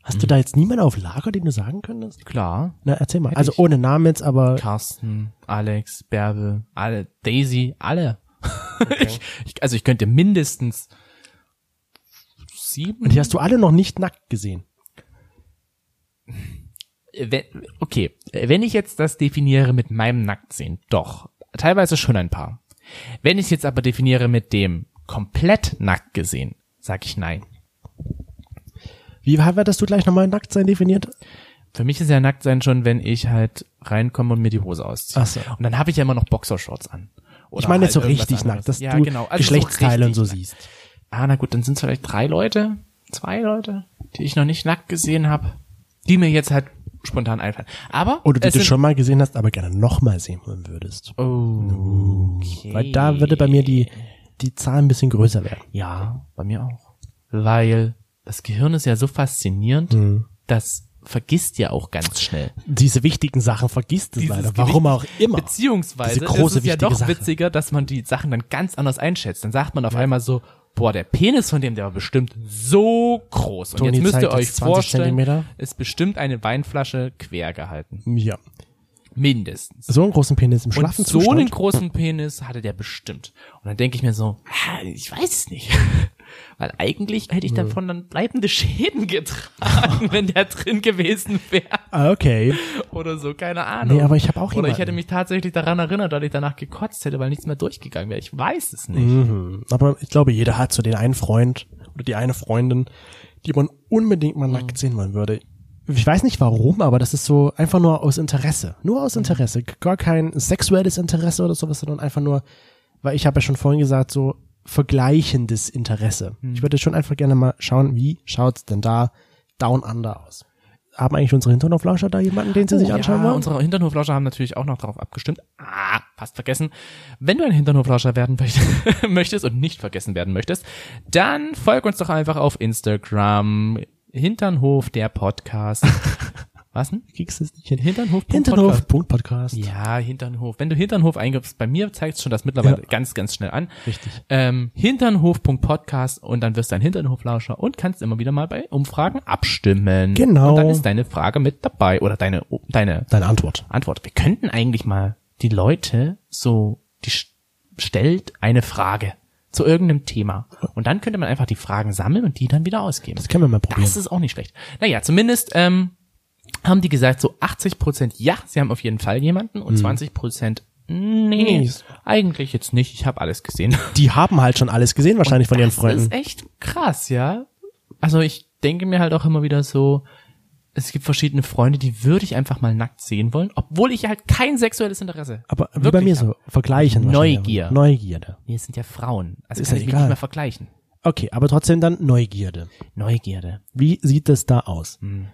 Hast du da jetzt niemanden auf Lager, den du sagen könntest? Klar. Na, erzähl mal. Also ohne Namen jetzt, aber Carsten, Alex, Bärbel, alle, Daisy, alle. [LAUGHS] ich, ich, also ich könnte mindestens sieben. und die hast du alle noch nicht nackt gesehen. Äh, wenn, okay, äh, wenn ich jetzt das definiere mit meinem Nacktsehen, doch, teilweise schon ein paar. Wenn ich es jetzt aber definiere mit dem komplett nackt gesehen, sag ich nein. Wie hattest du gleich nochmal nackt sein definiert? Für mich ist ja nackt sein schon, wenn ich halt reinkomme und mir die Hose ausziehe. Ach so. Und dann habe ich ja immer noch Boxershorts an. Oder ich meine halt jetzt so irgendwas richtig anderes. nackt, dass ja, du genau. also so Geschlechtsteile und so richtig siehst. Ah, na gut, dann sind es vielleicht drei Leute, zwei Leute, die ich noch nicht nackt gesehen habe, die mir jetzt halt spontan einfallen. Aber Oder die es du sind- schon mal gesehen hast, aber gerne nochmal sehen wollen würdest. Oh, Weil da würde bei mir die, die Zahl ein bisschen größer werden. ja, bei mir auch. Weil das Gehirn ist ja so faszinierend, Mhm. das vergisst ja auch ganz schnell. Diese wichtigen Sachen vergisst es Dieses leider. Warum auch Gewicht- immer. Beziehungsweise Diese große, ist es ja wichtige doch Sache. witziger, dass man die Sachen dann ganz anders einschätzt. Dann sagt man auf einmal so, boah, der Penis von dem, der war bestimmt so groß. Und Toni jetzt müsst ihr zeigt euch jetzt 20 vorstellen, Zentimeter. ist bestimmt eine Weinflasche quer gehalten. Ja. Mindestens. So einen großen Penis im Und schlafen so einen Zustand. großen Penis hatte der bestimmt. Und dann denke ich mir so, ah, ich weiß es nicht. [LAUGHS] Weil eigentlich hätte ich davon dann bleibende Schäden [LAUGHS] getragen, wenn der drin gewesen wäre. Ah, okay. Oder so, keine Ahnung. Nee, aber ich hab auch Oder ich jemanden. hätte mich tatsächlich daran erinnert, dass ich danach gekotzt hätte, weil nichts mehr durchgegangen wäre. Ich weiß es nicht. Mhm. Aber ich glaube, jeder hat so den einen Freund oder die eine Freundin, die man unbedingt mal Mhm. nackt sehen wollen würde. Ich weiß nicht warum, aber das ist so einfach nur aus Interesse. Nur Mhm. aus Interesse. Gar kein sexuelles Interesse oder sowas, sondern einfach nur, weil ich habe ja schon vorhin gesagt, so vergleichendes Interesse. Mhm. Ich würde schon einfach gerne mal schauen, wie schaut's denn da Down Under aus? Haben eigentlich unsere Hinterhoflauscher da jemanden, den sie sich anschauen Oh, ja, wollen? unsere Hinternhoflauscher haben natürlich auch noch darauf abgestimmt. Ah, fast vergessen. Wenn du ein Hinternhoflauscher werden [LAUGHS] möcht- möchtest und nicht vergessen werden möchtest, dann folg uns doch einfach auf Instagram. Hinternhof, [LAUGHS] der Podcast. Was denn? Kriegst du es nicht hin? Hinternhof. Hinterhof. Punkt Podcast. Ja, Hinternhof. Wenn du Hinternhof eingibst, bei mir zeigt es schon das mittlerweile ganz, ganz schnell an. Richtig. Ähm, Hinternhof.podcast und dann wirst du ein Hinternhoflauscher und kannst immer wieder mal bei Umfragen abstimmen. Genau. Und dann ist deine Frage mit dabei oder deine, deine Deine Antwort. Antwort. Wir könnten eigentlich mal die Leute so, die sch- stellt eine Frage zu irgendeinem Thema. Und dann könnte man einfach die Fragen sammeln und die dann wieder ausgeben. Das können wir mal probieren. Das ist auch nicht schlecht. Naja, zumindest ähm, haben die gesagt, so 80 Prozent, ja, sie haben auf jeden Fall jemanden und 20 Prozent, nee, Mhm. Nee. eigentlich jetzt nicht, ich habe [LAUGHS] alles gesehen. die haben halt schon alles gesehen, wahrscheinlich von ihren Das Freunden. ist echt krass, ja. Also ich denke mir halt auch immer wieder so, es gibt verschiedene Freunde, die würde ich einfach mal nackt sehen wollen, obwohl ich halt kein sexuelles Interesse Aber wie wirklich bei mir habe. so, vergleichen. Neugier. wahrscheinlich. Neugierde. Nee, es sind ja Frauen, also Ist kann ja ich mich egal. nicht mehr vergleichen. Okay, aber trotzdem dann Neugierde. Neugierde. Wie sieht es da aus? Hm.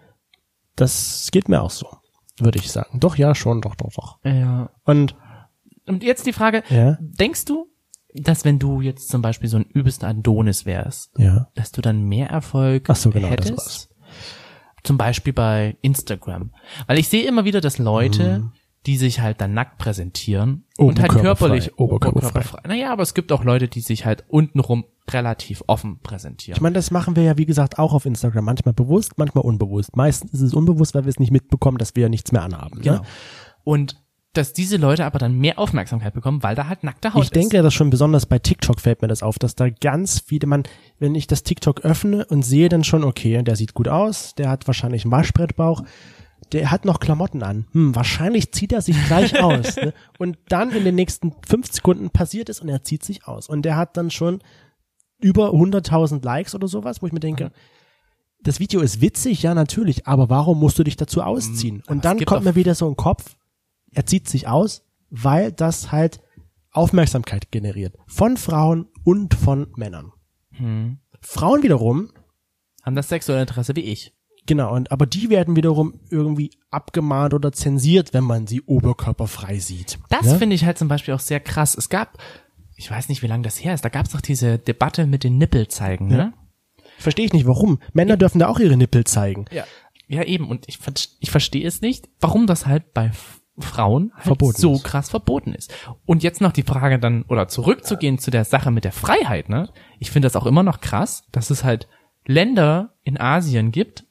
Das geht mir auch so, würde ich sagen. Doch, ja, schon, doch, doch, doch. Ja. Und Und jetzt die Frage, Ja. denkst du, dass wenn du jetzt zum Beispiel so ein übelsten Adonis wärst, ja, dass du dann mehr Erfolg Ach so, genau, das hättest? war's. Zum Beispiel bei Instagram. Weil ich sehe immer wieder, dass Leute, die sich halt dann nackt präsentieren und halt Oberkörperfrei, körperlich oberkörperfrei. Naja, aber es gibt auch Leute, die sich halt untenrum relativ offen präsentieren. ich meine, das machen wir ja, wie gesagt, auch auf Instagram. Manchmal bewusst, manchmal unbewusst. Meistens ist es unbewusst, weil wir es nicht mitbekommen, dass wir nichts mehr anhaben. Genau. Ne? und dass diese Leute aber dann mehr Aufmerksamkeit bekommen, weil da halt nackte Haut Ich denke, das schon besonders bei TikTok fällt mir das auf, dass da ganz viele, man, wenn ich das TikTok öffne und sehe dann schon, okay, der sieht gut aus, der hat wahrscheinlich einen Waschbrettbauch, der hat noch Klamotten an. Hm, wahrscheinlich zieht er sich gleich aus. Ne? Und dann in den nächsten fünf Sekunden passiert es und er zieht sich aus. Und der hat dann schon über 100.000 Likes oder sowas, wo ich mir denke, das Video ist witzig, ja natürlich, aber warum musst du dich dazu ausziehen? aber Und Mhm. es dann gibt kommt doch- mir wieder so ein Kopf, er zieht sich aus, weil das halt Aufmerksamkeit generiert. Von Frauen und von Männern. Mhm. Frauen wiederum Haben das sexuelle Interesse wie ich. Genau, und aber die werden wiederum irgendwie abgemahnt oder zensiert, wenn man sie oberkörperfrei sieht. Das ne? finde ich halt zum Beispiel auch sehr krass. Es gab, ich weiß nicht, wie lange das her ist, da gab es doch diese Debatte mit den Nippel zeigen, ne? verstehe ich nicht, warum. Männer dürfen da auch ihre Nippel zeigen. Ja. Ja, eben. Und ich, ver- ich verstehe es nicht, warum das halt bei F- Frauen halt Verboten so ist. krass verboten ist. Und jetzt noch die Frage dann, oder zurückzugehen zu der Sache mit der Freiheit, ne? Ich finde das auch immer noch krass, dass es halt Länder in Asien gibt,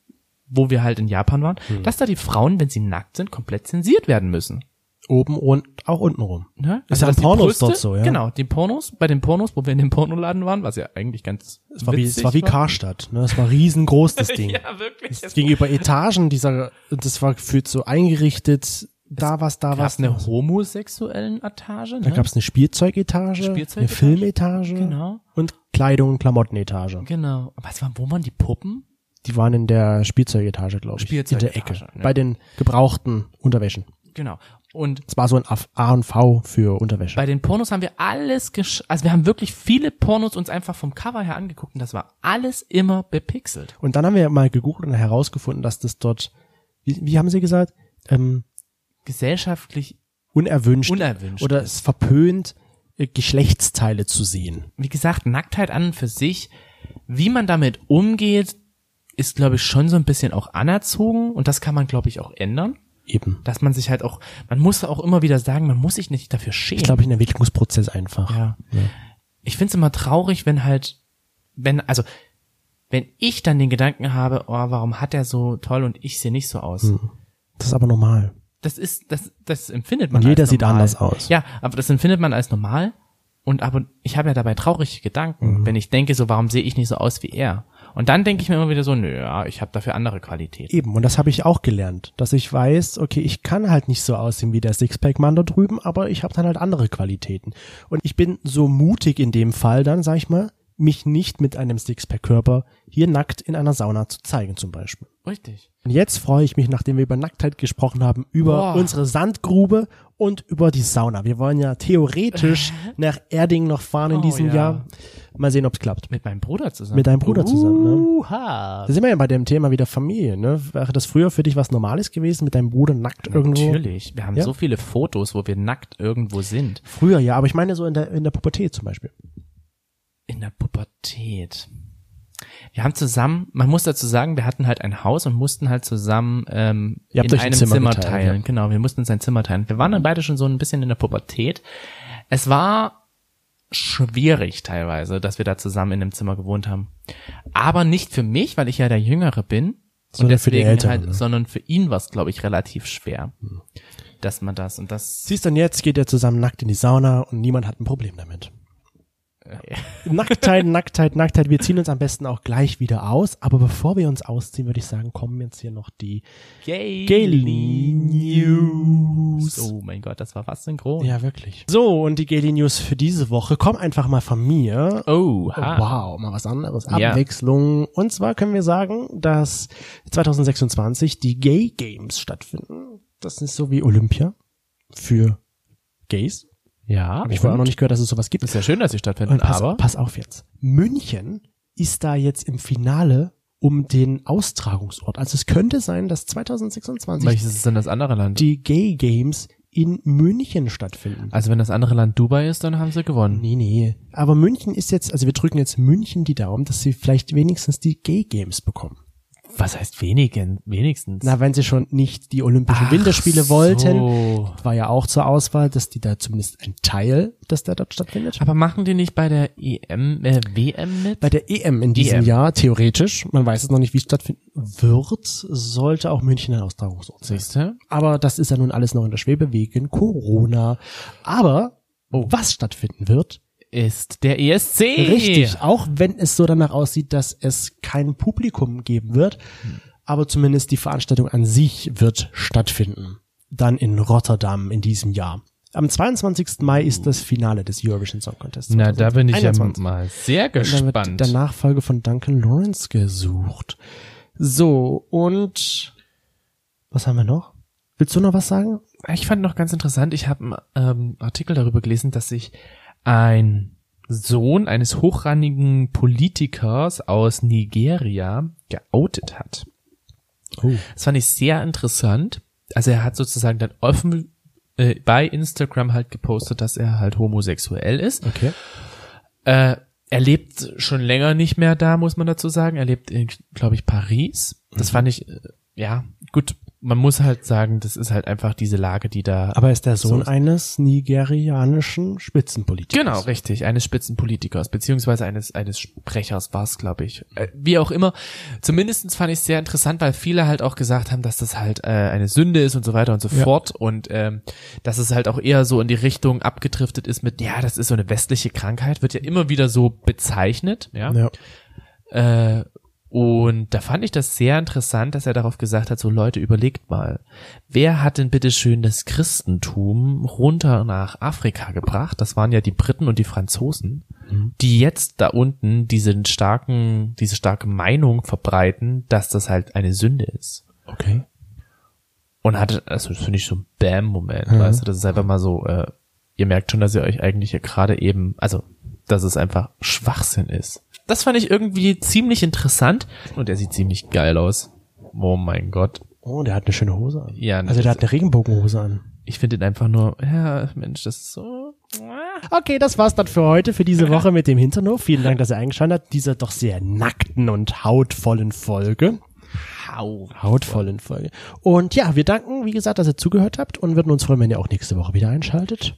wo wir halt in Japan waren, Hm. dass da die Frauen, wenn sie nackt sind, komplett zensiert werden müssen. Oben und auch unten rum. Ne? Ist ja dass in die Pornos Brüste- dort so, ja. Genau, die Pornos, bei den Pornos, wo wir in dem Pornoladen waren, was ja eigentlich ganz Es war wie, es witzig war wie Karstadt, ne? Es war riesengroß, [LAUGHS] das Ding. Ja, wirklich. Es ging über Etagen, dieser, das war gefühlt so eingerichtet, da was, da Gab's was. eine homosexuellen Etage? Ne? Da gab's eine Spielzeugetage, eine Spielzeugetage. Filmetage Genau. und Kleidung- und Klamottenetage. Genau. Was waren, wo waren die Puppen? Die waren in der Spielzeugetage, glaube ich. In der Spielzeugetage, Ecke. ne? Bei den gebrauchten Unterwäschen. Genau. Und Es war so ein Af- A und V für Unterwäsche. bei den Pornos haben wir alles gesch also wir haben wirklich viele Pornos uns einfach vom Cover her angeguckt und das war alles immer bepixelt. und dann haben wir mal gegoogelt und herausgefunden, dass das dort, wie, wie haben sie gesagt, ähm, Gesellschaftlich unerwünscht, unerwünscht. oder es verpönt, äh, Geschlechtsteile zu sehen. wie gesagt, Nacktheit an und für sich, wie man damit umgeht, ist glaube ich schon so ein bisschen auch anerzogen und das kann man glaube ich auch ändern, Eben. dass man sich halt auch, man muss auch immer wieder sagen, man muss sich nicht dafür schämen. Ich glaube, ein Entwicklungsprozess einfach. Ja. Ich find's immer traurig, wenn halt, wenn, also, wenn ich dann den Gedanken habe, oh, warum hat er so toll und ich sehe nicht so aus? Hm. Das ist aber normal. Das ist, das, das empfindet man. Und jeder als sieht normal. anders aus. Ja, aber das empfindet man als normal. Und aber ich habe ja dabei traurige Mhm. Gedanken, wenn ich denke, so warum sehe ich nicht so aus wie er? Und dann denke ich mir immer wieder so, nö, ja, ich habe dafür andere Qualitäten. Eben, und das habe ich auch gelernt, dass ich weiß, okay, ich kann halt nicht so aussehen wie der Sixpack-Mann da drüben, aber ich habe dann halt andere Qualitäten. Und ich bin so mutig in dem Fall dann, sag ich mal, mich nicht mit einem Sixpack-Körper hier nackt in einer Sauna zu zeigen zum Beispiel. Richtig. Und jetzt freue ich mich, nachdem wir über Nacktheit gesprochen haben, über Boah. unsere Sandgrube und über die Sauna. Wir wollen ja [LAUGHS] theoretisch nach Erding noch fahren in Oh, diesem ja. Jahr. Mal sehen, ob es klappt. Mit meinem Bruder zusammen. Mit deinem Bruder zusammen, ne? Uh. Uha. Da sind wir ja bei dem Thema wieder Familie, ne? Wäre das früher für dich was Normales gewesen, mit deinem Bruder nackt irgendwo? Natürlich. Wir haben Ja. so viele Fotos, wo wir nackt irgendwo sind. Früher ja, aber ich meine so in der, in der Pubertät zum Beispiel. In der Pubertät. Wir haben zusammen, man muss dazu sagen, wir hatten halt ein Haus und mussten halt zusammen ähm, Ihr habt in euch ein einem Zimmer Zimmer, geteilt, teilen. ja. Genau, wir mussten uns ein Zimmer teilen. Wir waren dann beide schon so ein bisschen in der Pubertät. Es war schwierig teilweise, dass wir da zusammen in einem Zimmer gewohnt haben. Aber nicht für mich, weil ich ja der Jüngere bin. Sondern für die Älteren, halt, ne? sondern für ihn war es, glaube ich, relativ schwer, dass man das und das Siehst du, und jetzt geht ihr zusammen nackt in die Sauna und niemand hat ein Problem damit. [LAUGHS] Nacktheit, Nacktheit, Nacktheit. Wir ziehen uns am besten auch gleich wieder aus. Aber bevor wir uns ausziehen, würde ich sagen, kommen jetzt hier noch die Gay Gaily News. Oh. Oh mein Gott, das war fast synchron. Ja, wirklich. So, und die Gaily News für diese Woche kommen einfach mal von mir. Oh, Ah. ha. Wow, mal was anderes. Ja. Abwechslung. Und zwar können wir sagen, dass 2026 die Gay Games stattfinden. Das ist so wie Olympia für Gays. Ja, Hab ich vorher auch noch nicht gehört, dass es sowas gibt. ist ja schön, dass sie stattfinden, Und pass, aber pass auf jetzt. München ist da jetzt im Finale um den Austragungsort. Also es könnte sein, dass 2026 welches ist denn das andere Land? die Gay Games in München stattfinden. also wenn das andere Land Dubai ist, dann haben sie gewonnen. Nee, nee. Aber München ist jetzt, also wir drücken jetzt München die Daumen, dass sie vielleicht wenigstens die Gay Games bekommen. Was heißt wenigen, wenigstens? Na, wenn sie schon nicht die Olympischen Ach Winterspiele wollten, So. war ja auch zur Auswahl, dass die da zumindest ein Teil, dass der dort stattfindet. Aber machen die nicht bei der EM, äh, WM mit? Bei der EM in diesem EM. Jahr, theoretisch, man weiß es noch nicht, wie es stattfinden wird, sollte auch München ein Austragungsort sein. Siehste? Aber das ist ja nun alles noch in der Schwebe wegen Corona. Aber Oh. was stattfinden wird, Ist der E ESC. richtig, auch wenn es so danach aussieht, dass es kein Publikum geben wird, aber zumindest die Veranstaltung an sich wird stattfinden. Dann in Rotterdam in diesem Jahr. Am 22. Mai ist das Finale des Eurovision Song Contests. Oh. Na, da bin ich 2021. ja mal sehr Und dann gespannt. wird der Nachfolge von Duncan Lawrence gesucht. So, und was haben wir noch? Willst du noch was sagen? ich fand noch ganz interessant, ich habe einen ähm, Artikel darüber gelesen, dass sich ein Sohn eines hochrangigen Politikers aus Nigeria geoutet hat. Oh. Das fand ich sehr interessant. Also er hat sozusagen dann offen äh, bei Instagram halt gepostet, dass er halt homosexuell ist. Okay. Äh, er lebt schon länger nicht mehr da, muss man dazu sagen. Er lebt in, glaube ich, Paris. Das fand ich, äh, ja, gut. Man muss halt sagen, das ist halt einfach diese Lage, die da. Aber er ist der Sohn So. eines nigerianischen Spitzenpolitikers. Genau, richtig. Eines Spitzenpolitikers, beziehungsweise eines, eines Sprechers war es, glaube ich. Äh, Wie auch immer. Zumindestens fand ich es sehr interessant, weil viele halt auch gesagt haben, dass das halt äh, eine Sünde ist und so weiter und so Ja. fort. Und ähm, dass es halt auch eher so in die Richtung abgedriftet ist mit, ja, das ist so eine westliche Krankheit, wird ja immer wieder so bezeichnet. Ja. Ja. Äh, und da fand ich das sehr interessant, dass er darauf gesagt hat, so Leute, überlegt mal, wer hat denn bitteschön das Christentum runter nach Afrika gebracht? Das waren ja die Briten und die Franzosen, die jetzt da unten diesen starken, diese starke Meinung verbreiten, dass das halt eine Sünde ist. Okay. Und hatte, also das finde ich so ein Bam-Moment, Mhm. weißt du, das ist einfach mal so, äh, ihr merkt schon, dass ihr euch eigentlich hier gerade eben, also, dass es einfach Schwachsinn ist. Das fand ich irgendwie ziemlich interessant und er sieht ziemlich geil aus. Oh mein Gott. Oh, der hat eine schöne Hose an. Ja, also der das- hat eine Regenbogenhose an. Ich finde ihn einfach nur, ja, Mensch, das ist so. Okay, das war's dann für heute, für diese Woche mit dem Hinternhof. Vielen Dank, dass ihr eingeschaltet habt. Dieser doch sehr nackten und hautvollen Folge. Hau. Hautvollen Folge. Und ja, wir danken, wie gesagt, dass ihr zugehört habt und würden uns freuen, wenn ihr auch nächste Woche wieder einschaltet.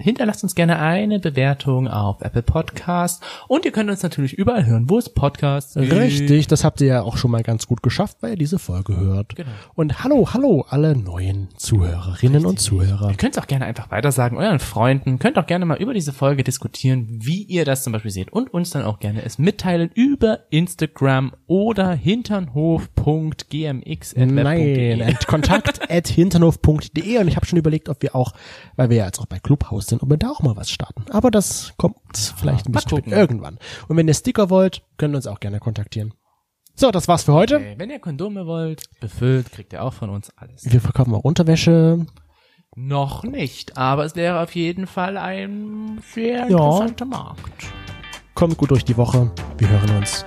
Hinterlasst uns gerne eine Bewertung auf Apple Podcast und ihr könnt uns natürlich überall hören, wo es Podcasts gibt. Richtig, das habt ihr ja auch schon mal ganz gut geschafft, weil ihr diese Folge hört. Genau. Und hallo, hallo alle neuen Zuhörerinnen und Zuhörer. Ihr könnt es auch gerne einfach weitersagen, euren Freunden. Könnt auch gerne mal über diese Folge diskutieren, wie ihr das zum Beispiel seht. Und uns dann auch gerne es mitteilen über Instagram oder Nein, hinternhof.gmx.web.de. at [LAUGHS] kontakt at hinternhof.de und ich habe schon überlegt, ob wir auch, weil wir ja jetzt auch bei Clubhouse sind, ob wir da auch mal was starten. Aber das kommt vielleicht ein Ah, mal bisschen gucken. später, irgendwann. Und wenn ihr Sticker wollt, könnt ihr uns auch gerne kontaktieren. So, das war's für heute. Okay, Wenn ihr Kondome wollt, befüllt, kriegt ihr auch von uns alles. Wir verkaufen auch Unterwäsche. Noch nicht, aber es wäre auf jeden Fall ein sehr Ja. interessanter Markt. Kommt gut durch die Woche. Wir hören uns.